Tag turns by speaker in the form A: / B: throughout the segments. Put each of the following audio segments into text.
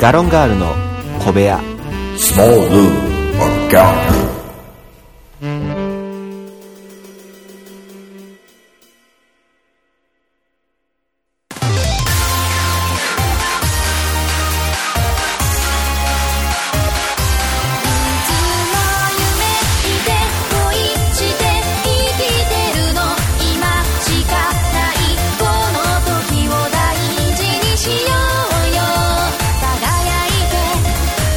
A: ガロンガールの小部屋
B: Small Room or Dark Room.
C: いつも夢見て恋して生きてるの今しかないこの時を大事にしようよ輝いて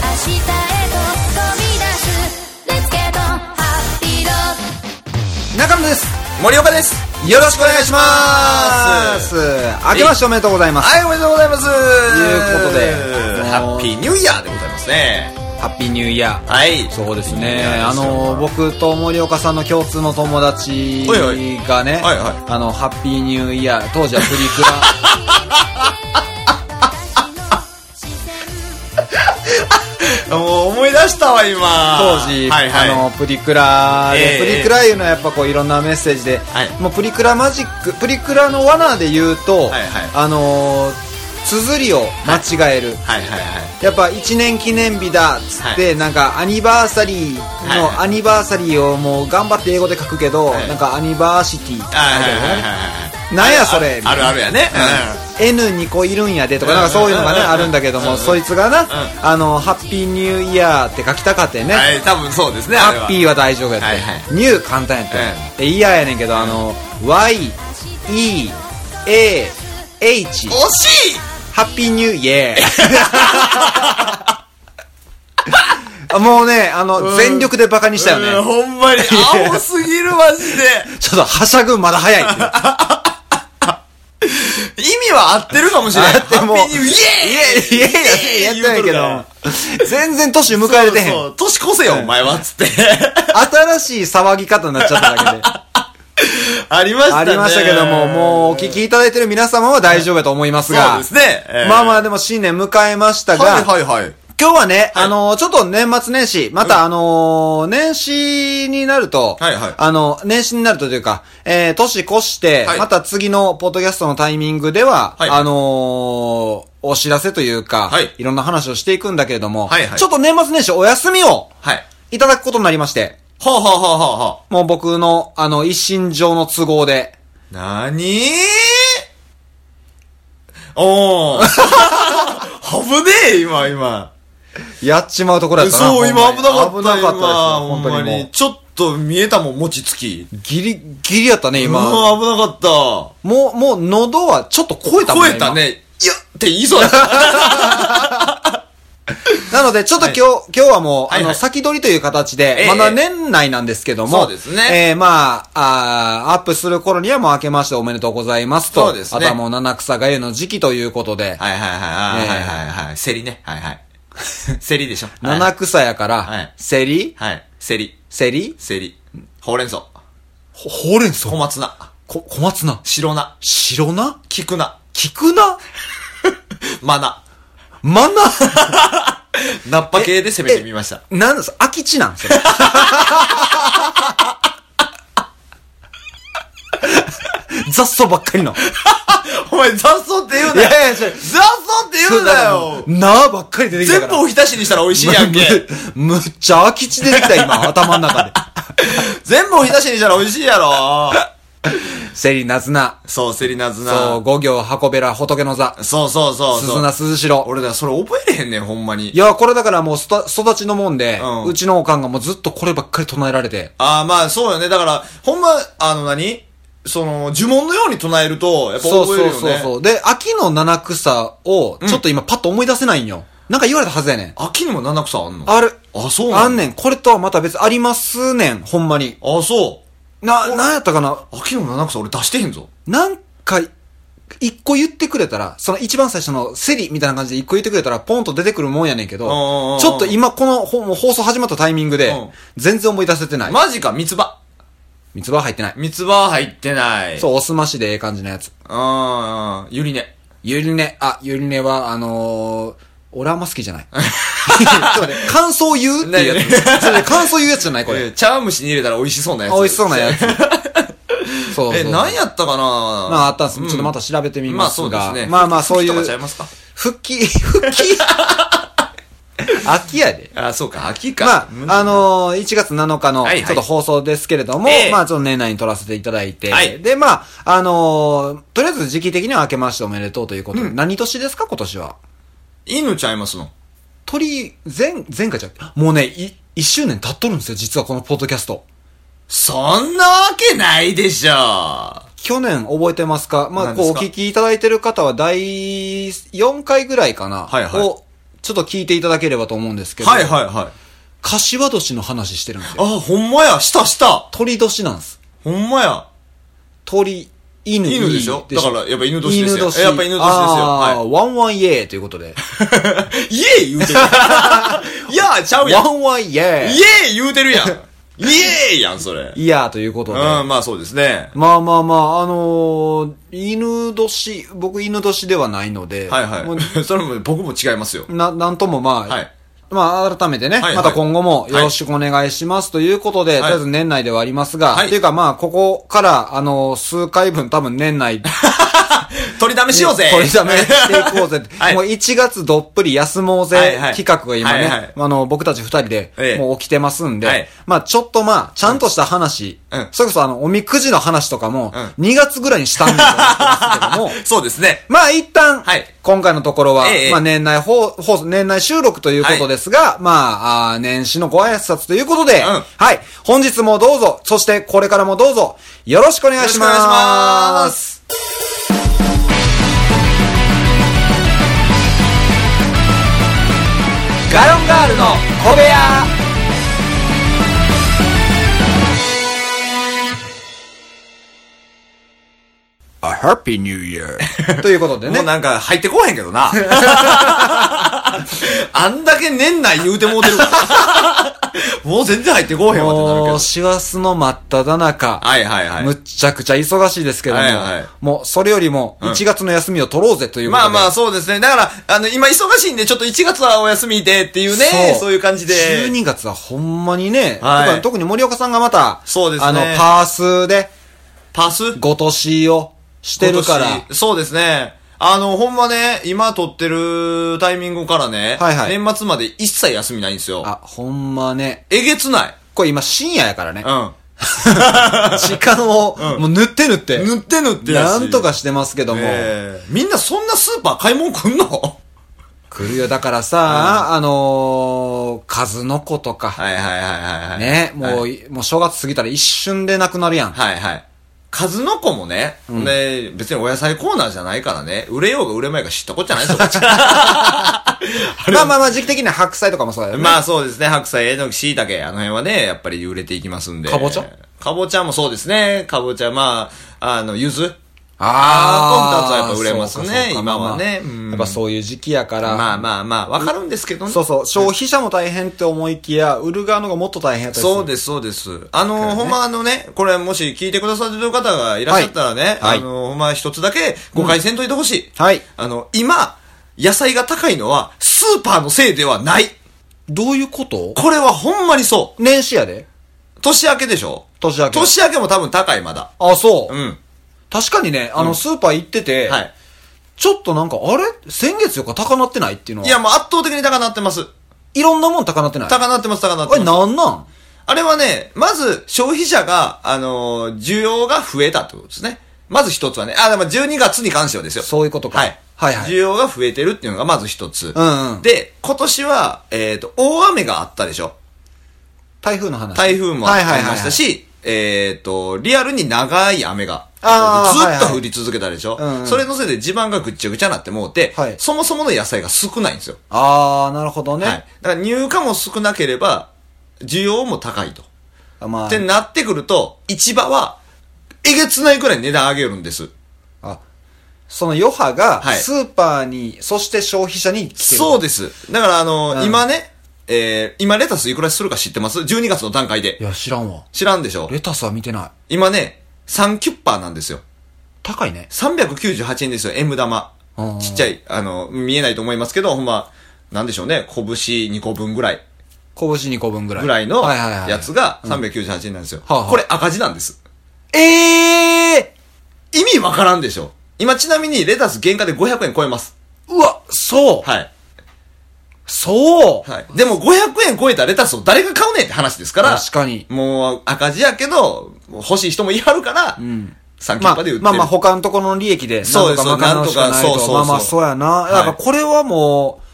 C: 明日へと飛び出す Let's get on happy road
D: 中野です
E: 森岡です
D: よろしくお願いしま
E: ます
D: 明けましておめでとうございます
E: はいおめでとうございますと
D: いうことで
E: ハッピーニューイヤーでございますね
D: ハッピーニューイヤー
E: はい
D: そうですねあの僕と森岡さんの共通の友達
E: はいは
D: がね
E: はいはい
D: あのハッピーニューイヤー当時はプリクラ
E: もう思い出したわ今
D: 当時、
E: はいは い
D: あのプリクラで、
E: ええ
D: プリクラいうのはやっぱこういろんなメッセージで、
E: はい
D: もうプリクラマジックプリクラの罠で言うと、
E: はいはい
D: あのー綴りを間違える、
E: はいはいはい
D: やっぱ1年記念日だっつって、なんかアニバーサリー
E: はいは
D: のアニバーサリーをもう頑張って英語で書くけど、
E: はい
D: なんかアニバーシティって書いて
E: はいはい
D: あ
E: は
D: るよ
E: い
D: ね
E: はい
D: なんやそれみた
E: あ
D: いな
E: るあるやね
D: N2 個いるんやでとか
E: うん
D: なんかそういうのがね
E: うん
D: あるんだけど
E: う
D: も
E: ん
D: そいつがな
E: う
D: あのハッピーニューイヤーって書きたかって
E: うん
D: ね
E: はい多分そうですね
D: ハッピ
E: ー
D: ーは大丈夫やって、
E: はいはい
D: ニュー簡単やって、でイヤーやねんけど、あの YEAH
E: 惜しい
D: ハッピーニューイ ヤーもうねあの、全力でバカにした
E: うん
D: よね
E: ほんまに青すぎるマジで
D: ちょっとはしゃぐんまだ早いって
E: 意味は合ってるかもしれない
D: 合っても
E: ハッピーニューイエーイ
D: いやいややってないけど全然年迎えれてへん
E: そうそう年越せよお前はっつって
D: 新しい騒ぎ方になっちゃっただけ で
E: ありまし た
D: あ
E: ね
D: りましたけども、もうお聞きいただいてる皆様は大丈夫やと思います
E: そう
D: が、
E: ですね、えー
D: まあまあでも新年迎えましたが、
E: はいはいはい
D: 今日はね、あのーちょっと年末年始、またあのー年始になると、
E: はいはい
D: あの、年始になるとというか、えー、年越して、
E: はい
D: また次のポッドキャストのタイミングでは、
E: はい
D: あのーお知らせというか、
E: はい
D: ろんな話をしていくんだけれども、
E: はいはい
D: ちょっと年末年始お休みを
E: はい
D: いただくことになりまして、
E: ほうほうほうほうほ
D: もう僕の、あの、一身上の都合で、
E: う。なにーおー。 危ねえ、今、今。
D: やっちまうところやったな。
E: そう、今危な
D: 危な
E: かった。
D: かったですよ
E: 今、
D: 本当にもう。
E: ちょっと見えたもん、餅つき。
D: ギリ、ギリやったね、
E: 今、
D: 今。
E: 危なかっ
D: もう、もう、喉はちょっと超え
E: た。
D: たもん
E: 超えた。ね。いやって言い そうだった。
D: 今なので、ちょっと今日、今日はもう、
E: はいはい
D: あの、先取りという形で、
E: ええ
D: まだ年内なんですけども。
E: そうですね
D: えーまあ、あーアップする頃にはもう明けましておめでとうございますと。
E: そうですね
D: あとはもう七草がゆの時期ということで。
E: はいはいはい、
D: え
E: はい
D: え
E: はいはい。セリね。はい はい。セリでしょ。はい
D: 七草やから、
E: はい
D: セリ
E: はい。セリ。
D: セリ
E: セリ。ほうれん草。
D: ほ、ほうれん草
E: 小松菜。
D: こ、小松菜。
E: 白菜。
D: 白菜
E: 菊菜。
D: 菊菜
E: マナ。
D: マナ
E: ナッパ系で攻めてみました。
D: なんです空き地なん ですよ。雑草ばっかりの。
E: お前雑草って言う
D: い
E: なよ
D: やいや、ちょい
E: 雑草って言うなよ
D: 縄ばっかり出てきたか
E: 全
D: ら。
E: 部おひたしにしたら美味しいやんけ
D: むむっちゃ空き地出てきた、今、頭の中で。
E: 全部おひたしにしたら美味しいやろ
D: セリナズナ、
E: そう、セリナズナ。
D: そう、五行箱べら仏の座、
E: そうそうそうそう。
D: 鈴名鈴代。
E: 俺だ、それ覚えれへんねん、ほんま
D: い
E: に。
D: や、これだからもう、育育ちのもんで
E: うん、
D: うちのおかんがもうずっとこればっかり唱えられて。
E: ああ、まあそうよね。だから、ほんま、あの何その、呪文のように唱えると、やっぱ
D: そう
E: 覚える
D: そ
E: よ
D: う
E: ね。
D: そうそう。で、秋の七草を、ちょっと今パッと思い出せないんよ。なんか言われたはずやねん。
E: 秋にも七草あんの
D: ある。
E: あ、そうな
D: あんね
E: ん。
D: ん。これとはまた別ありますねん。ほんまに。
E: あ、そ
D: な、なんやったかな
E: う。秋の七草俺出してへんぞ。
D: なんか、一個言ってくれたら、その一番最初のセリみたいな感じで一個言ってくれたら、ポンと出てくるもんやねんけど
E: うんうんう、ん
D: ちょっと今このほもう放送始まったタイミングで
E: うん、
D: 全然思い出せてない。
E: マジか、三つ葉。
D: 三つ葉入ってない。
E: 三つ葉入ってない。う。
D: そう、おすましでええ感じのやつ。
E: うん、ゆりね。
D: ゆりね、あ、ゆりねは、あのー、俺あんま好きじゃ ない。ちょっと待って、感想言うっていうやつ。それで感想言うやつじゃないこ
E: これ、
D: れ。
E: 茶碗蒸しに入れたら美味しそうなやつ。
D: 美味しそうなやつ。そうそう。
E: え、何やったかな
D: まああったんです。ちょっとまた
E: し
D: 調べてみ
E: ま
D: ま
E: あ
D: す
E: そうで
D: が
E: すね。。
D: まあまあそうい。
E: 吹きとかちゃいうますか
D: 復帰、 復 帰秋やで。
E: あ、そうか、秋
D: ま
E: か。
D: あ、あのー1月7日の、
E: はいはい
D: ちょっと放送ですけれども、
E: ええ
D: まあ、ちょっと年内に撮らせていただいて、
E: はい
D: で、まあ、あのーとりあえず時期的には明けましておめでとうということで、何年ですか、今年は。
E: 犬ちゃいますの。
D: 鳥、前、前回じゃん、もうね、い、1周年経っとるんですよ、実はこのポッドキャスト。
E: そんなわけないでしょ。
D: 去年覚えてますかまあ、
E: 何
D: こ
E: で
D: う、
E: す
D: お
E: か
D: 聞きいただいてる方は、第4回ぐらいかな、
E: はいはい
D: を、ちょっと聞いていただければと思うんですけど、
E: はいはいはい。
D: 柏年の話してるんですよ。
E: あ、ほんまや、したした。
D: 鳥年なんです。
E: ほんまや。
D: 鳥、犬、
E: 犬でしょ
D: いい
E: だからやっぱ犬年ですよ
D: 犬年。
E: やっぱ犬年ですよ
D: あー
E: は
D: ワンワンイエーということで。
E: イエー言うてる。 いや、ちゃうやん
D: ワ。ンワンイエ
E: イ
D: ー
E: エー言うて るやん。イエーやん、それ。うん、
D: イヤーということで。
E: まあそうですね。
D: まあまあまあ、あのー、犬年、僕犬年ではないので、
E: はい
D: も
E: は
D: う
E: い。 それも僕も違いますよ。
D: な、なんともまあ、
E: はい
D: まあ改めてね、
E: いはい
D: また今後もよろしくお願いしますということで、
E: い
D: とりあえず年内ではありますが、
E: はい
D: というかまあここから、あのー、数回分多分年内、
E: 取りだめしようぜ
D: 取り ためしていこうぜって。
E: はい
D: もう1月どっぷり休もうぜ、
E: はいはい
D: 企画が今ね、
E: はいはい
D: あの、僕たち2人
E: え
D: で
E: え
D: もう起きてますんで、
E: はい
D: まあちょっとまあちゃんとした話、
E: うん
D: それこそあの、おみくじの話とかも、
E: う
D: 2月ぐらいにしたんだと思ってますけども、
E: そうですね。
D: まあ一旦、
E: はい
D: 今回のところは、
E: ええ
D: まあ年内放放送、年内収録ということですが、まああー、年始のご挨拶ということで、
E: ん
D: はい、本日もどうぞ、そしてこれからもどうぞ、よろしくお願いします。
E: よろしくお願いします
D: ガロンガールの小部屋
B: A happy new year.
D: ということでね
E: もう。なんか入ってこへんけど な。あんだけ年内言うてもうて るから。もう全然入ってこへんわってなるけ
D: も
E: ど
D: う、。師走の真っ只中。
E: はいはいはい
D: むっちゃくちゃ忙しいですけども。
E: はいはい
D: もう、それよりも、
E: ん
D: 1月の休みを取ろうぜということ
E: ま
D: で。
E: あまあそうですね。だから、あの、今忙しいんで、ちょっと1月はお休みでっていうね、そういう感じで。
D: 12月はほんまにね、
E: はい
D: 特に特に森岡さんがまた、
E: そうですね
D: あの、パースで、
E: パス
D: ご年をしてるから。
E: 今年そうですね。あの、ほんまね、今撮ってるタイミングからね、
D: はいはい
E: 年末まで一切休みないんですよ。
D: あ、ほんまね。
E: えげつない。
D: これ今深夜やからね
E: う。ん。
D: 時間を、もう塗って塗って。
E: 塗って塗ってやし
D: なんとかしてますけども。
E: ええみんなそんなスーパー買い物来んの
D: 来るよ。だからさ、あのー、数の子とか。
E: はいはいはいはいはい。
D: ね、も
E: は
D: う、
E: い、
D: いもう正月過ぎたら一瞬でなくなるやん。
E: はいはい。数の子もね、ね、別にお野菜コーナーじゃないからね、売れようが売れまいが知ったこっちゃないですよ、こっちは
D: まあまあまあ時期的には白菜とかもそうだよね。
E: まあそうですね、 白菜、えのき、椎茸、あの辺はね、やっぱり売れていきますんで。
D: かぼちゃ
E: かぼちゃもそうですね、かぼちゃ、まあ、あの、ゆず
D: あー
E: あーコンタツはやっぱ売れます
D: そう
E: ね
D: かそうか
E: 今はね
D: まあまあ
E: うん
D: やっぱそういう時期やから。
E: まあまあまあ、わかるんですけどね。
D: そうそう、消費者も大変って思いきや、売る側のがもっと大変やったりする。
E: そうです、そうです。あの、ほんまあのね、これもし聞いてくださってる方がいらっしゃったらね、
D: はい
E: あの、ほんま一つだけ誤解せんといてほしい。
D: はい
E: あの、今、野菜が高いのは、スーパーのせいではない。
D: どういうこと
E: これはほんまにそ
D: 年始やで
E: う。年明けでしょ
D: 年明け
E: 年明けも多分高い、まだ。
D: あ、そう。
E: うん。
D: 確かにね、あの、スーパー行ってて、
E: はい。
D: ちょっとなんか、あれ先月よりか高なってないっていうのは。
E: いや、、もう圧倒的に高なってます。
D: いろんなもん高なってない。
E: 高なってます、高なって
D: あれ、
E: ます。
D: なんなん
E: あれはね、まず消費者が、あのー需要が増えたってことですね。まず一つはね、あ、でも12月に関してはですよ。
D: そういうことか
E: はい。
D: はいはい
E: 需要が増えてるっていうのがまず一つ。
D: うんうん
E: で、今年は、えっ、と、大雨があったでしょ。
D: 台風の話。
E: 台風もありま
D: はいはいはい
E: したし、えっ、と、リアルに長い雨が。
D: あー
E: ずっ
D: はい
E: と
D: はい
E: 降り続けたでしょ、
D: うんうん
E: それのせいで地盤がぐっちゃぐちゃになってもうて、
D: はい
E: そもそもの野菜が少ないんですよ。
D: あー、なるほどね。
E: はい。だから入荷も少なければ、需要も高いと。
D: まあ
E: ってなってくると、市場は、えげつないくらい値段上げるんです。
D: あ、その余波が、
E: はい
D: スーパーに、そして消費者に来てる。
E: そう
D: で
E: です。だから、あの、
D: うん
E: 今ね、えー、今レタスいくらするか知ってます ?12 月の段階
D: い
E: で。
D: や、知らんわ。
E: 知らんでしょ
D: レタスは見てない。
E: 今ね、3キュッパーなんですよ。
D: 高いね。
E: 398円ですよ、M 玉
D: あー。
E: ちっちゃい、あの、見えないと思いますけど、ほんま、なんでしょうね、拳2個分ぐらい、
D: 拳2個分ぐらい。
E: ぐらいの
D: はいはいはい
E: やつが398円なんですよ。
D: はあはあ
E: これ赤字なんです。
D: ええ
E: 意味わからんでしょ今ちなみにレタス原価で500円超えます。
D: ー、うわ、そう、
E: はい。
D: そう、
E: はい。でも500円超えたレタスを誰が買うねんって話ですから。
D: 確かに
E: もう赤字やけど、もう欲しい人もいはるから、
D: ん
E: 3キ
D: まあ
E: パで売って、る。
D: まあまあ、他のところの利益で、
E: そう
D: なん
E: で
D: と
E: す
D: か賄うしかない
E: なんとかそうそう
D: と。
E: そう
D: まあまあ、そうやな。
E: はい
D: だからこれはもう、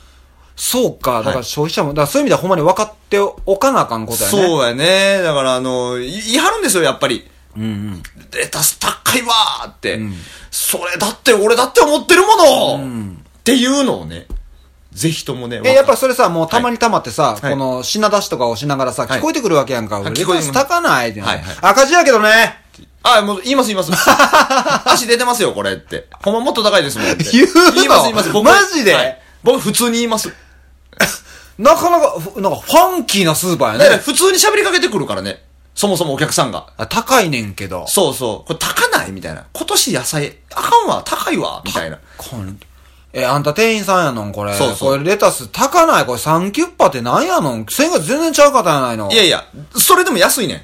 D: そうか。だか
E: は
D: ら
E: い
D: 消費者も、だからそういう意味ではほんまに分かっておかなあかんことやね。
E: そうやね。だから、あの、い言い張るんですよ、やっぱり。レタス高いわーって、それだって、俺だって思ってるもの、っていうのをね、ぜひともね。
D: え、やっぱそれさ、もうたまにたまってさ、
E: はい
D: この品出しとかをしながらさ、
E: はい
D: 聞こえてくるわけやんか。俺
E: はい
D: レ
E: 聞こえ
D: タ
E: てく
D: ス
E: る
D: 高ないってな、
E: はいはい
D: 赤字やけどね。
E: あ、もう言います言 います。足出てますよ、これって。ほんまもっと高いですもんって。
D: 言うの
E: 言います言います。僕
D: マジで
E: はい僕普通に言います。
D: なかなか、ふなんかファンキーなスーパー
E: だか
D: や
E: ら
D: ね。
E: 普通に喋りかけてくるからね。そもそもお客さんが。
D: あ高いねんけど。
E: そうそう。これ高ないみたいな。今年野菜、あかんわ、高いわ、みたいな。
D: こんえ、あんた店員さんやのん、これ。
E: そうそう
D: これレタス高ない。これサンキュッパってなんやのん。千月全然ちゃう方やないの。
E: いやいや、それでも安いねん。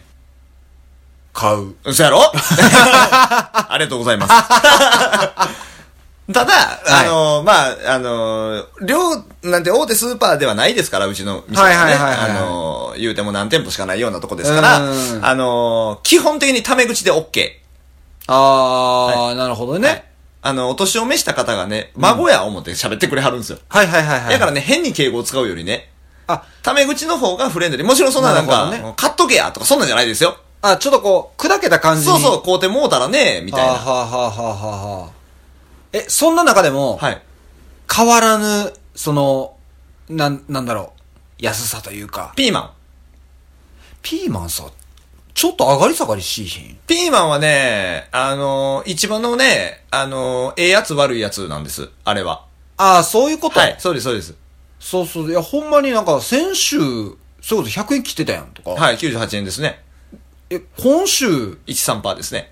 D: 買う。
E: 嘘やろ ありがとうございます。ただ、あのまあ、あの量、なんて大手スーパーではないですから、うちの店はね。
D: はいはいはいはいはい
E: あの言うても何店舗しかないようなとこですから
D: う、ん
E: あの基本的にタメ口で OK。
D: あー、なるほどね。
E: あの、お年を召した方がね、孫や思って喋ってくれはるんですよ。
D: はいはいはいはい。
E: だからね、変に敬語を使うよりね、
D: あ、
E: タメ口の方がフレンドリー。もちろんそんななん
D: な
E: か、
D: るほどね
E: 買っとけやとかそんなんじゃないですよ。
D: あ、ちょっとこう、砕けた感じに。
E: そうそう、買うてもうたらね、み
D: は
E: た
D: あ
E: い
D: は
E: な。
D: あはあはあはあ。え、そんな中でも、
E: はい。
D: 変わらぬ、その、なん、なんだろう、安さというか、
E: ピーマン。
D: ピーマンさ、ちょっと上がり下がりしいひん。
E: ピーマンはね、あのー、一番のね、あのー、ええやつ悪いやつなんです。あれは。
D: ああ、そういうこと、
E: はい。そうです、そうです。
D: そうそう。いや、ほんまになんか、先週、そういうこと100円切ってたやんとか。
E: はい、98円ですね。
D: え、今週、
E: 13%ですね。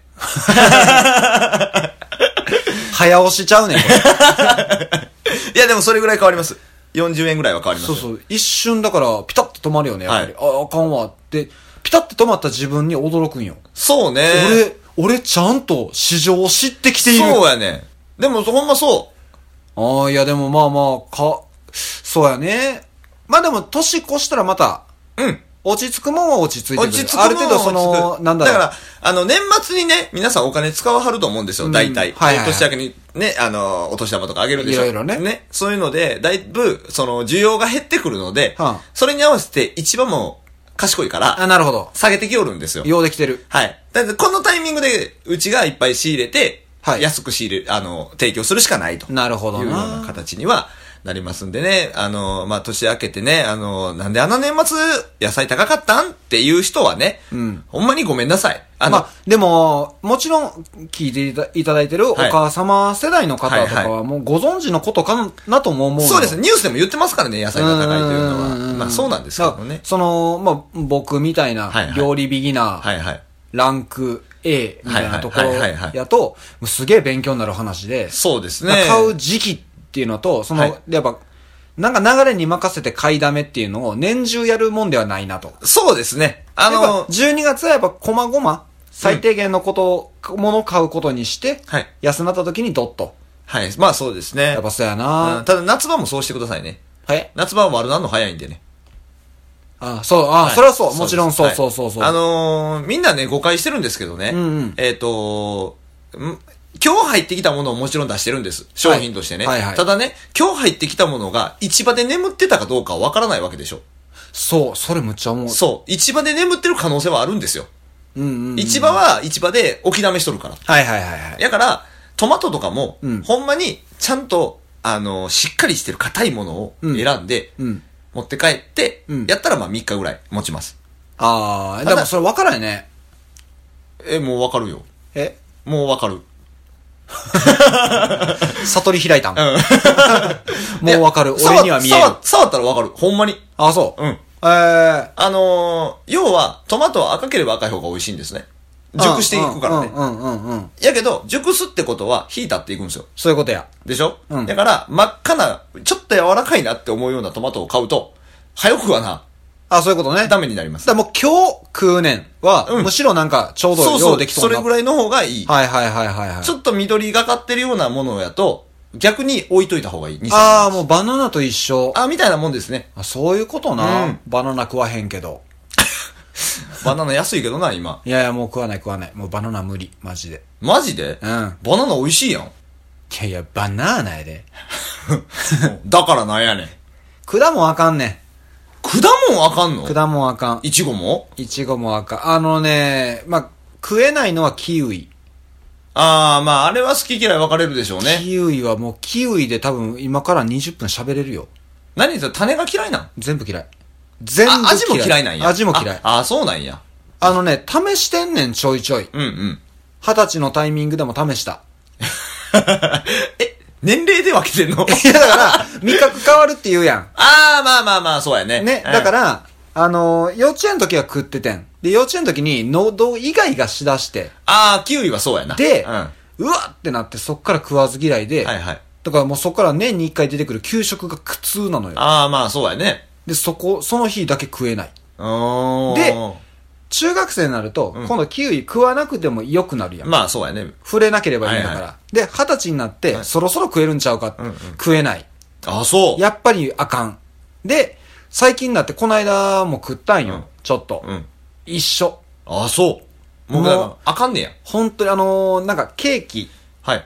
D: 早押しちゃう ねん。これ
E: いや、でもそれぐらい変わります。40円ぐらいは変わります。
D: そうそう。一瞬だから、ピタッと止まるよね、やっぱり。
E: は
D: ああ、あかんわって、ピタッと止まった自分に驚くんよ。
E: そうね。
D: 俺、俺ちゃんと市場を知ってきている。
E: そうやね。でも、そほんまそう。
D: ああ、いやでもまあまあ、か、そうやね。まあでも、年越したらまた、
E: うん。
D: 落ち着くもんは落ち着いてくる。
E: 落ち着く
D: ある程度そ
E: も
D: の
E: んは落ち着、く
D: なんだろう。
E: だから、あの、年末にね、皆さんお金使わはると思うんですよ、大体。
D: うんはいはいはい
E: 年明けにね、あの、お年玉とかあげるでし
D: い
E: ょ。
D: ろいろね
E: ね。そういうので、だいぶ、その、需要が減ってくるので、
D: はあ
E: それに合わせて一番も賢いか
D: あ、
E: ら、
D: なるほど。
E: 下げてきおるんですよ。
D: ようできてる。
E: はい。だって、このタイミングで、うちがいっぱい仕入れて、
D: はい
E: 安く仕入れ、あの、提供するしかないと。
D: なるほど
E: いうような
D: な。
E: 形にはなりますんでね、あの、まあ、年明けてね、あの、なんであの年末野菜高かったんっていう人はね、
D: ん
E: ほんまにごめんなさい。あの、
D: まあ、でも、もちろん、聞いていたいただいてるお
E: はい
D: 母様世代の方とか
E: はいは
D: は、もうご存知のことかなとも思うの
E: そうですね、ニュースでも言ってますからね、野菜が高いというの
D: んん
E: は。
D: んん
E: まあ、そうなんですけども
D: だから
E: ね。
D: その、まあ、僕みたいな
E: はいは、い
D: 料理ビギナー、
E: はいはい。
D: ランク A みたいなところ
E: はいはいはいはいはい
D: やと、もうすげえ勉強になる話で、
E: そうですね。
D: 買う時期っていうのと、その、
E: はい
D: やっぱ、なんか流れに任せて買いだめっていうのを年中やるもんではないなと。
E: そうですね。あ
D: あの
E: の、、
D: 12月はやっぱ、こまごま、最低限のことを、ものを買うことにして、
E: はい
D: 安なった時にドッと。
E: はい。まあそうですね。
D: やっぱそうや
E: うん
D: な、
E: ただ夏場もそうしてくださいね。
D: はい。
E: 夏場は悪なんの早いんでね。
D: あ、そう、あ、
E: はい
D: それはそう。もちろんそう
E: です
D: そうそうそう。
E: はいあのーみんなね、誤解してるんですけどね。
D: うんうん
E: えっ、とん今日入ってきたものをもちろん出してるんです。商品としてね。
D: はいはいはい
E: ただね、今日入ってきたものが市場で眠ってたかどうかわからないわけでしょ。
D: そう、それむっちゃ思う。
E: そう。市場で眠ってる可能性はあるんですよ。
D: うんうんうん。
E: 市場は市場で置きだめしとるから。
D: はいはいはいはい。
E: だから、トマトとかも、
D: うん
E: ほんまにちゃんと、あのーしっかりしてる硬いものを
D: うん
E: 選んで、
D: うん
E: 持って帰って、
D: うん
E: やったらまあ3日ぐらい持ちます。
D: ああ、
E: ただ
D: でもそれ分からんよね。
E: え、もうわかるよ。
D: え
E: もうわかる。
D: 悟り開いたん。 もうわかる。
E: いや
D: 俺には見える
E: 触。触触ったらわかる。ほんまに。
D: あ、そう。
E: うん
D: えー
E: あのー要は、トマトは赤ければ赤い方が美味しいんですね。熟していくからね
D: う。んうんうんうんうん。
E: やけど、熟すってことは、火立っていくんですよ。
D: そういうことや。
E: でしょ
D: うん
E: だから、真っ赤な、ちょっと柔らかいなって思うようなトマトを買うと、早くはな、
D: あ、そういうことね。
E: ダメになります。
D: だからもう今日食うねんは、
E: うん
D: むしろなんかちょうど
E: そう
D: よ
E: そうう
D: で、きそ
E: そう
D: な。
E: れぐらいの方がいい。
D: はいはいはいはいはい。
E: ちょっと緑がかってるようなものやと、逆に置いといた方がいい。23
D: ああ、もうバナナと一緒。
E: あ、みたいなもんですね。
D: あそういうことな、
E: うん
D: バナナ食わへんけど。
E: バナナ安いけどな、今。
D: いやいや、もう食わない食わない。もうバナナ無理。マジで。
E: マジで
D: うん。い
E: バナナ美味しいやん。
D: やいや、バナナやで。
E: だからなんやねん。
D: 果物あかんね
E: 果物あかんの
D: ん。果物あかん。
E: いちごも
D: いちごもあかん。あのね、まあ、食えないのはキウイ。
E: ああ、まあ、あれは好き嫌い分かれるでしょうね。
D: キウイはもうキウイで多分今から20分喋れるよ。
E: 何それ種が嫌いなん
D: 全部嫌い。全部嫌い
E: あ、。味も嫌いなんや。
D: 味も嫌い。あ
E: ああ、そうなんや。
D: のね、試してんねん、ちょいちょい。
E: うんうん。
D: 二十歳のタイミングでも試した。
E: え、年齢で分けてんの
D: いや、だから、味覚変わるって言うや
E: ああ、まあまあまあ、そうやね。
D: ん。ね、
E: うん
D: だか、ら、あのー、幼稚園の時は食っててん。で、幼稚園の時に喉以外がしだして、
E: ああ、キウイはそうやな。
D: で、
E: う。
D: うん
E: は
D: わってなってそっから食わず嫌いで、
E: いはい。
D: だからもうそっから年に一回出てくる給食が苦痛なのよ。
E: ああ、まあ、そうやね。
D: で、そこ、その日だけ食えない。
E: うーん。
D: で中学生になると、
E: うん
D: 今度キウイ食わなくても良くなるやん。
E: まあ、そうやね。
D: 触れなければいいんだから。
E: はいは
D: で、二十歳になって、
E: はい
D: そろそろ食えるんちゃうかって、
E: うんうん
D: 食えない。
E: ああ、そう。
D: やっぱりあかん。で、最近になって、この間も食ったんよ。
E: うん
D: ちょっと、
E: うん。
D: 一緒。
E: ああ、そう。も
D: も
E: う、
D: う
E: だからあかんねや。
D: 本当にあのーなんかケーキ、
E: はい。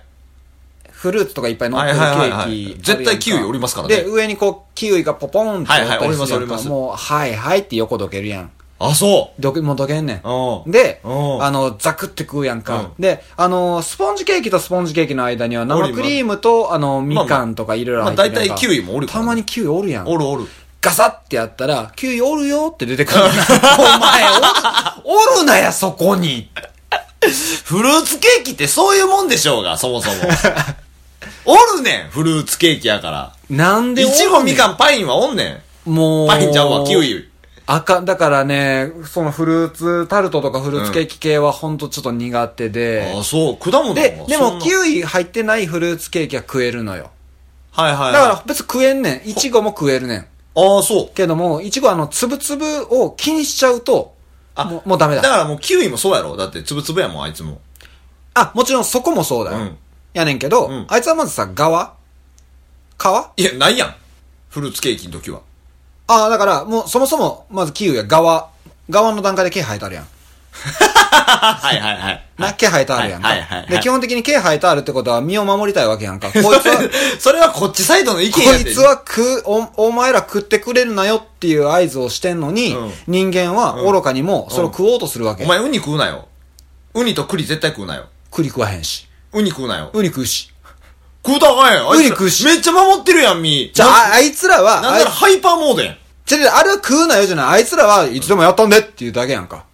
D: フルーツとかいっぱい乗ってるケ
E: はいはいはいはい
D: ーキ。
E: 絶対キウイおりますからね
D: で、上にこう、キウイがポポンって
E: はいはい
D: おったりするやんか
E: おりますおります
D: もう、はいはいって横どけるやん。
E: ああ、そ
D: どけ、もうどけんね
E: う。うん
D: ん。。で、
E: うん
D: あの、ザクって食うやんか。
E: う
D: で、あの、スポンジケーキとスポンジケーキの間には
E: お
D: 生
E: り
D: ク
E: ま
D: リームと、あの、みかんとかいろいろ入ってるやんか。
E: まあ大体キウイもおるか
D: た
E: らね
D: まにキウイおるやん。
E: おるおる。
D: ガサってやったら、キウイおるよって出てくる。 お前お、おるなや、そこに。
E: フルーツケーキってそういうもんでしょうが、そ もそも。おるねん、フルーツケーキやから。
D: なんで
E: い
D: おるねん
E: ちご、みかん、パインはおんねん。
D: もう。
E: パインちゃうわ、キウ。イ。
D: あかん、だからね、そのフルーツタルトとかフルーツケーキ系はほんとちょっと苦手で。
E: ああ、そう、果物
D: で、で
E: そん
D: も
E: な
D: キウイ入ってないフルーツケーキは食えるのよ。
E: はいはいはい。
D: だから別に食えんねん。いちごも食えるねん。
E: ああ、そう。
D: けども、いちごあの、つぶつぶを気にしちゃうと、
E: あ
D: もうもうダメ
E: だ
D: だ。
E: からもうキウイもそうやろ。だって、つぶつぶやもん、あいつも。
D: あ、もちろんそこもそうだよ。
E: うん
D: やねんけど、
E: うん
D: あいつはまずさ、側皮あ
E: いや、ないやん。フルーツケーキの時は。
D: あ、だから、もうそもそも、まずキウイは側、側の段階で毛生えてあるやん。
E: あ、はいはいはい。
D: な、毛生えてあるやんか。
E: はいはいはいはい
D: で、基本的に毛生えてあるってことは身を守りたいわけや んか。こいつは、
E: それはこっちサイドの意
D: こ
E: 見や
D: いつ、は食う、お、お前ら食ってくれるなよっていう合図をしてんのに、
E: うん
D: 人間は愚かにもそれを食おうとするわけ。
E: お前ウニ食うなよ。ウニと栗絶対食うなよ。
D: 栗食わへんし。
E: ウニ食うなよ。
D: ウニ食うし。
E: 食うたらあかんやん。あいつ
D: ウニ食うし
E: めっちゃ守ってるやん、み。
D: じゃあ、
E: な
D: ああいつらは、あ
E: なんないらハイパーモードやん。
D: ちょちょあれは食うなよじゃない。あいつらはいつでもやったんでっていうだけやんか。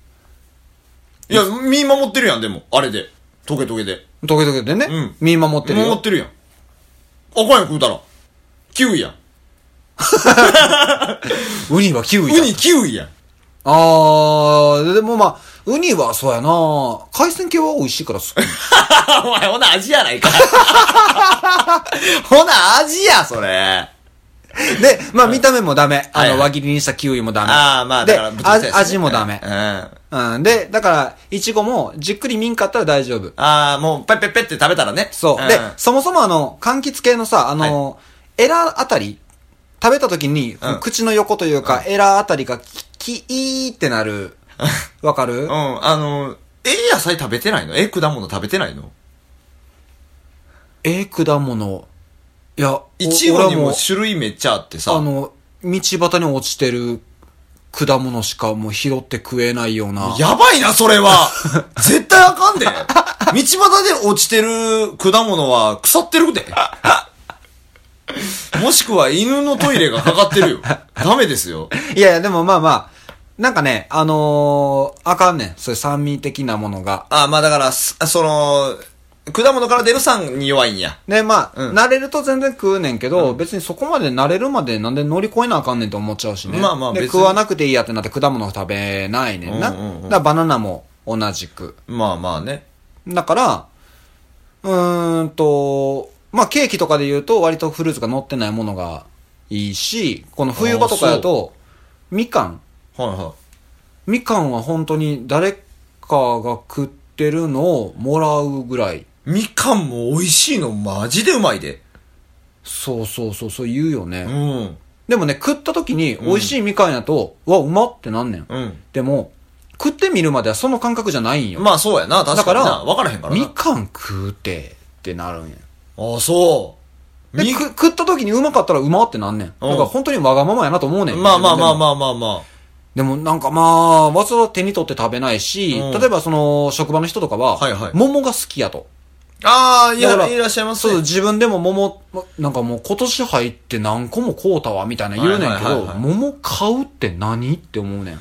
E: いや、身守ってるやん、でも。あれで。トゲトゲで。
D: トゲトゲでね、
E: うん
D: 見守ってる
E: 守っ
D: よ。
E: てるやん。あかんやん、食うたら。キウイやん。
D: ウニはキウイだ
E: ウニキウイやん。
D: あー、でもまあ、ウニはそうやな海鮮系は美味しいから 好き。
E: お前、ほな、味やないか。 ほな、味や、それ。
D: で、まあ見た目もダメ。あ
E: はい
D: の、
E: はい
D: 輪切りにしたキウイもダメ。
E: ああ、まあ、
D: で、
E: だから、ぶつか
D: あ
E: りたいですね
D: 味もダメ
E: うん。。あ
D: うん。で、だから、いちごもじっくり見んかったら大丈夫。
E: あ、もう、ペッペッペッって食べたらね。
D: そう。
E: ん
D: で、そもそもあの、柑橘系のさ、あの、エラあたり、食べた時に、
E: うん
D: 口の横というか、エラあたりがキ、キーってなる。わかる、
E: うん、あの、ええ野菜食べてないのええ果物食べてないの
D: ええ果物。いや、
E: いちごにも
D: お
E: 種類めっちゃあってさ。
D: 俺もあの、道端に落ちてる果物しかもう拾って食えないような。
E: やばいな、それ は絶対あかんで道端で落ちてる果物は腐ってるでもしくは犬のトイレがかかってるよ。ダメですよ。
D: いやいや、でもまあまあ、なんかね、あのーあかんねん。そういう酸味的なものが。
E: ああ、まあだから、すその、果物から出る酸に弱いんや。
D: で、まあ、
E: うん
D: 慣れると全然食うねんけど、別にそこまで慣れるまでなんで乗り越えなあかんねんと思っちゃうしね。
E: まあまあ
D: で、
E: 別に
D: 食わなくていいやってなって果物食べないねんな。
E: うんうんうん
D: だからバナナも同じく。
E: まあまあね。
D: だから、うーんと、まあケーキとかで言うと割とフルーツが乗ってないものがいいし、この冬場とかやと、みかん。
E: はいは
D: みかんは本当に誰かが食ってるのをもらうぐらい。
E: い。みかんも美味しいのマジでうまいで。
D: そうそうそう、そう言うよね。
E: うん。
D: でもね、食った時に美味しいみかんやと、うわ、うまってなんねん。
E: うん
D: でも、食ってみるまではその感覚じゃないんよ。
E: まあそうやな。確
D: だ
E: か
D: か
E: にな。
D: ら、
E: 分からへんからな。
D: みかん食うて、ってなるんや。
E: ああ、そう。
D: で、
E: み
D: く食った時にうまかったらうまってなんねん。だから本当にわがままやなと思うねん。
E: まあまあまあま
D: あ。
E: あまあま
D: でもなんかまあ、わざわざ手に取って食べないし、
E: うん
D: 例えばその、職場の人とかは、
E: はいはい
D: 桃が好きやと。
E: あ。ああ、い
D: だか
E: や、いらっしゃいます
D: そう、
E: ね。
D: 自分でも桃、まなんかもう今年入って何個も買うたわ、みたいな言うねんけ
E: はいはい
D: ど、
E: はいはい
D: 桃買うって何って思うねん。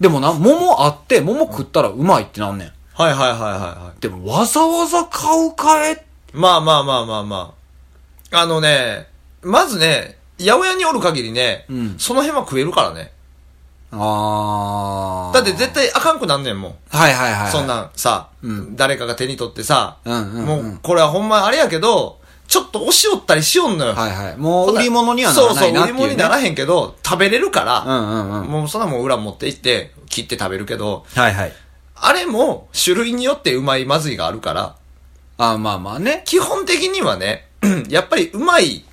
D: でもな、桃あって、桃食ったらうまいってなんねん。
E: はいはいはいはいは
D: でもわざわざ買うかえ
E: い。まあまあまあまあまあ。あのね、まずね、八百屋におる限りね、
D: うん
E: その辺は食えるからね。
D: あー。
E: だって絶対あかんくなんねんもん。
D: はいはいはい。
E: そん。なんさ、
D: うん
E: 誰かが手に取ってさ、
D: うんうんうん
E: もうこれはほんまあれやけど、ちょっと押しおったりしよんのよ。
D: はいはい。もう売り物にはならないなっていう、ね。
E: そうそう、売り物にならへんけど、食べれるか
D: う
E: ら、
D: んうんうん。
E: もうそんなもん裏持って行って、切って食べるけど、
D: はいはい。
E: あれも種類によってうまいまずいがあるから、
D: あーまあまあね。
E: 基本的にはね、 やっぱりうまい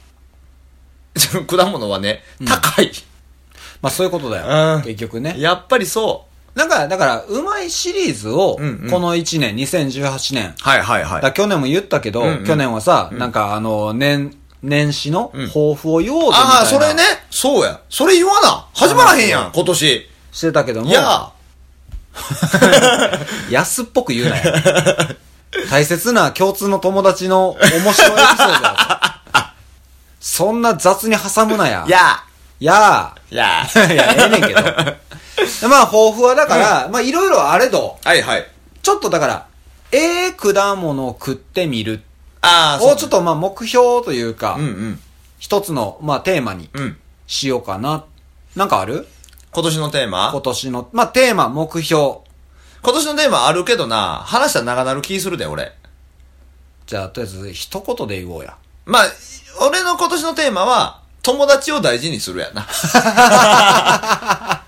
E: 果物はね、高い。
D: まあそういうことだよ。
E: うん
D: 結局ね。
E: やっぱりそう。
D: なんか、だから、うまいシリーズを、
E: うんうん
D: この1年、2018年、
E: はいはいは
D: だから去年も言ったけど、
E: うんうん
D: 去年はさ、なんかあの、年、年始の
E: ん
D: 抱負を言おうぜみたいな、
E: ああ、それね。そうや。それ言わな。始まらへんやん、今年。
D: してたけども、
E: いや、
D: 安っぽく言うなよ。 大切な共通の友達の面白いエピソードだぞそんな雑に挟むなや。
E: いや、
D: や
E: いや。
D: ー。 いや、ええねんけど。でまあ、抱負はだから、まあ、いろいろあれど、
E: はいはい。
D: ちょっとだから、ええ果物を食ってみる。
E: ああ、そ
D: を
E: う。
D: ちょっとまあ、目標というか、
E: うんうん。
D: 一つの、まあ、テーマに
E: うん。
D: しようかな。なんかある
E: 今年のテーマ
D: 今年の、まあ、テーマ、目標。
E: 今年のテーマあるけどな、話したら長なる気するで、俺。
D: じゃあ、とりあえず、一言で言おうや。
E: まあ、俺の今年のテーマは、友達を大事にするやな。
D: なか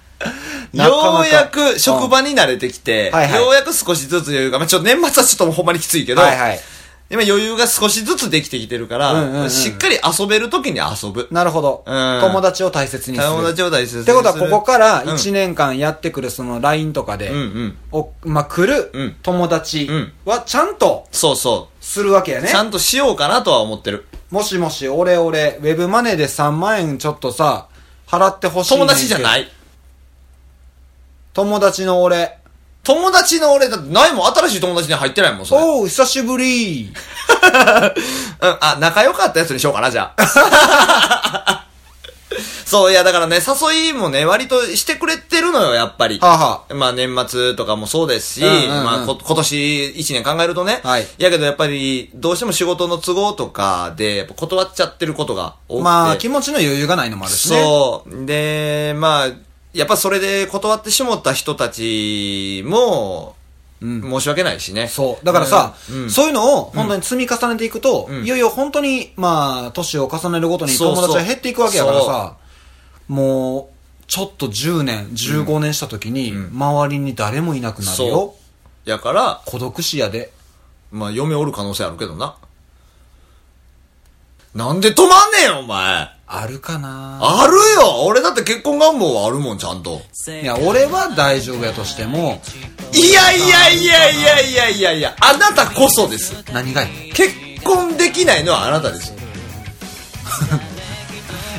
D: な
E: よ
D: か
E: うやく職場に慣れてきて、
D: はいはい
E: ようやく少しずつ余裕が、まあ、ちょっと年末はちょっとほんまにきついけど、
D: はいはい。
E: 今余裕が少しずつできてきてるから、
D: うんうんうん
E: しっかり遊べる時に遊ぶ。
D: なるほど。
E: うん
D: 友達を大切にする。
E: 友達を大切にする。
D: ってことは、ここから1
E: 年、
D: 年間やってくる、その LINE とかで、
E: うんうん。
D: おまあ、来
E: う
D: る
E: ん
D: 友達
E: うん
D: はちゃんと
E: そうそ
D: するわけや
E: う、
D: ね
E: ち。ゃんとしようかなとは思ってる。
D: もしもし、俺俺、ウェブマネーで3万円ちょっとさ、払ってほしいねん
E: 友
D: けど。
E: 達じゃないい。
D: 友達の俺。
E: 友達の俺、だってないもん、新しい友達に入ってないもん、それ。うん、
D: おう、久しぶり。
E: あ、仲良かったやつにしようかな、じゃあ。 そう、いや、だからね、誘いもね、割としてくれてるのよ、やっぱり。
D: はあはあ。
E: まあ、年末とかもそうですし、
D: うんうんうん
E: まあこ、今年一年考えるとね。
D: はい
E: やけど、やっぱり、どうしても仕事の都合とかで、やっぱ断っちゃってることが多くて。
D: まあ、気持ちの余裕がないのもあるしね。
E: そう。で、まあ、やっぱそれで断ってしもった人たちも、申し訳ないしね。
D: そう。だからさ、
E: うん
D: そういうのを本当に積み重ねていくと、いよいよ本当に、まあ、年を重ねるごとに
E: そう
D: 友
E: そう
D: 達が減っていくわけやからさ、もう、ちょっと10年、15年した時に、周りに誰もいなくなるよ
E: そ。う。やから、
D: 孤独死やで。
E: まあ、嫁おる可能性あるけどな。なんで止まんねえよ、お前。
D: あるかな
E: あるよ俺だって結婚願望はあるもん、ちゃんと。
D: いや、俺は大丈夫やとしても、
E: いやいやいやいやいやいやいや、あなたこそです。
D: 何がいい
E: 結婚できないのはあなたです。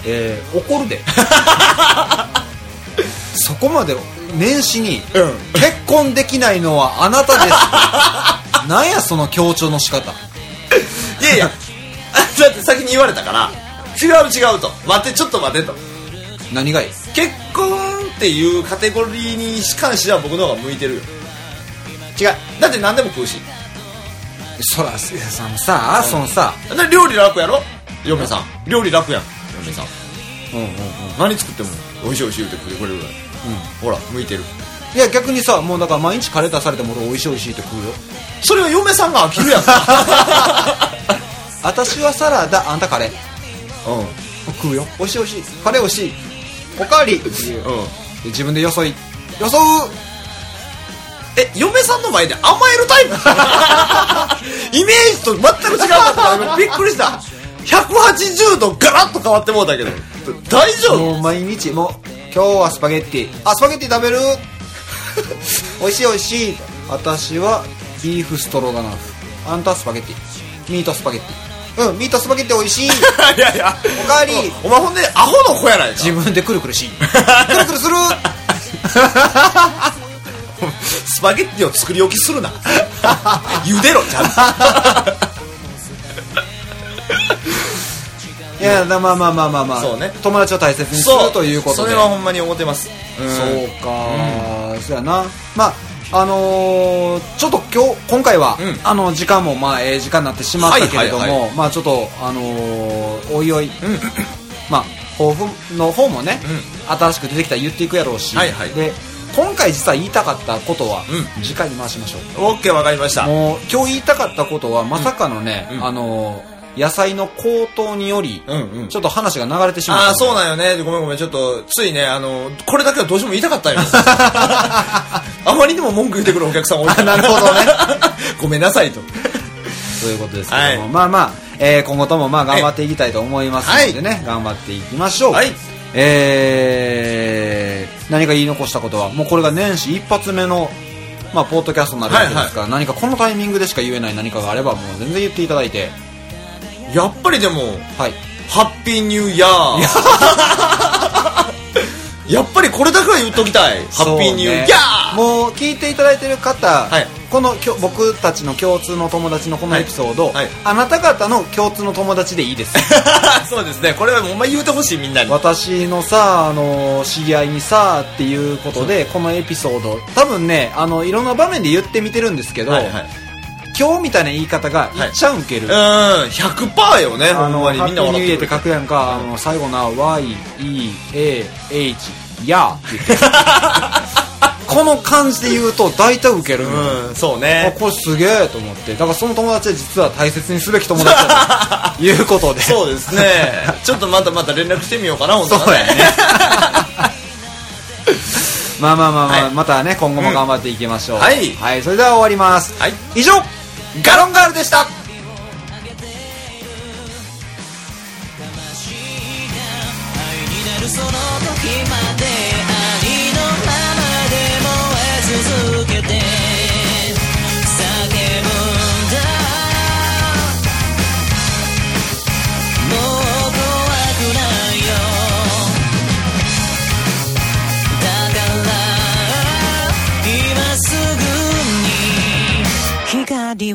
D: えー、怒るで。 そこまで、年始に、
E: うん
D: 結婚できないのはあなた です。なんや、その強調の仕方。
E: いやいや、あだって先に言われたから、違う違うと。待って、ちょっと待ってと。
D: 何がいい
E: 結婚っていうカテゴリーに関しては僕の方が向いてるよ。
D: 違う
E: だって何でも食うし。
D: そらすさんさそのさ
E: だって料理楽やろ嫁さん。料理楽やん。嫁さん。
D: うんうんうん
E: 何作っても美味しい美味しい言うてくれるぐらい、ほら向いてる
D: いや逆にさもうだから毎日カレー出されても俺美味しい美味しいって食うよ
E: それは嫁さんが飽きるやんか
D: 私はサラダあんたカレー
E: うん
D: 食うよ美味しい美味しいカレー美味しいおかわりっていうで
E: うん
D: 自分でよそいよそう
E: え嫁さんの前で 甘えるタイプイメージと全く違うかったからびっくりした180度ガラッと変わってもうたけど大丈夫
D: もう毎日もう今日はスパゲッティあスパゲッティ食べる 美味しい美味しい私はビーフストロガナフあんたはスパゲッティミートスパゲッティうんミートスパゲッティ美味しい
E: いやいや
D: おかえり
E: お前ほんでアホの子やないか
D: 自分でくるくる しくるくるする
E: スパゲッティを作り置きするな 茹でろちゃんと
D: いやだまあまあまあまあまあ
E: そうね
D: 友達を大切にするということで
E: それはほんまに思ってますうん
D: そうか、そうやなまああのーちょっと今日今回は、
E: うん
D: あの時間もまあええ時間になってしまったけれども、
E: はいはいは
D: まあちょっとあのーおいおい、まあ抱負の方もね、新しく出てきたら言っていくやろうし、
E: はいはい
D: で今回実は言いたかったことは、
E: う
D: 次回に回しましょう
E: オッケーわかりました
D: もう今日言いたかったことはまさかのね、
E: うん
D: あのー野菜の高騰により、
E: うんうん
D: ちょっと話が流れてしまった
E: ああー
D: ので
E: そうなんよねごめんごめんちょっとついねあのこれだけはどうしても言いたかったんよ あまりにも文句言ってくるお客さん多いから
D: あなるほどね
E: ごめんなさいと
D: ということですけども、
E: はい
D: まあまあ、えー今後ともまあ頑張っていきたいと思いますのでね、頑張っていきましょう、
E: はい
D: えー何か言い残したことはもうこれが年始一発目の、まあ、ポッドキャストになるわけですから、何かこのタイミングでしか言えない何かがあればもう全然言っていただいて
E: やっぱりでも
D: はい
E: ハッピーニ ューイヤー。やっぱりこれだけは言っときたい。ハッピーニューイヤ
D: そうねもう聞いていただいてる方、
E: はい
D: このきょ僕たちの共通の友達のこのエピソード、
E: はいはい
D: あなた方の共通の友達でいいです
E: ーそうですね。これはほんま言うてほしいみんなに。
D: 私のさあの知り合いにさっていうことでこのエピソード多分ねあのいろんな場面で言ってみてるんですけど、
E: はいはい
D: 今日みたいな言い方が言っちゃうんける、
E: うん、100%よね、ほ
D: あ
E: ん
D: の
E: まに。
D: ハ
E: み
D: ッ
E: ん
D: ピ
E: な
D: ーニューイ
E: 笑
D: ヤーってて書
E: っくれる。
D: くやんか、あの最後な YEAH やって言って この感じで言うと大体ウケるんよ
E: うん、そう
D: あ
E: ね。
D: これすげえと思ってだからその友達は実は大切にすべき友達だ ということで
E: そうですね。ちょっとまたまた連絡してみようかな、ほん
D: そうやね。まあまあまあまあ、
E: はい
D: またね、今後も頑張っていきましょう。
E: うんはい
D: はい、それでは終わります。
E: はい。
D: 以上
E: ガロンガールでした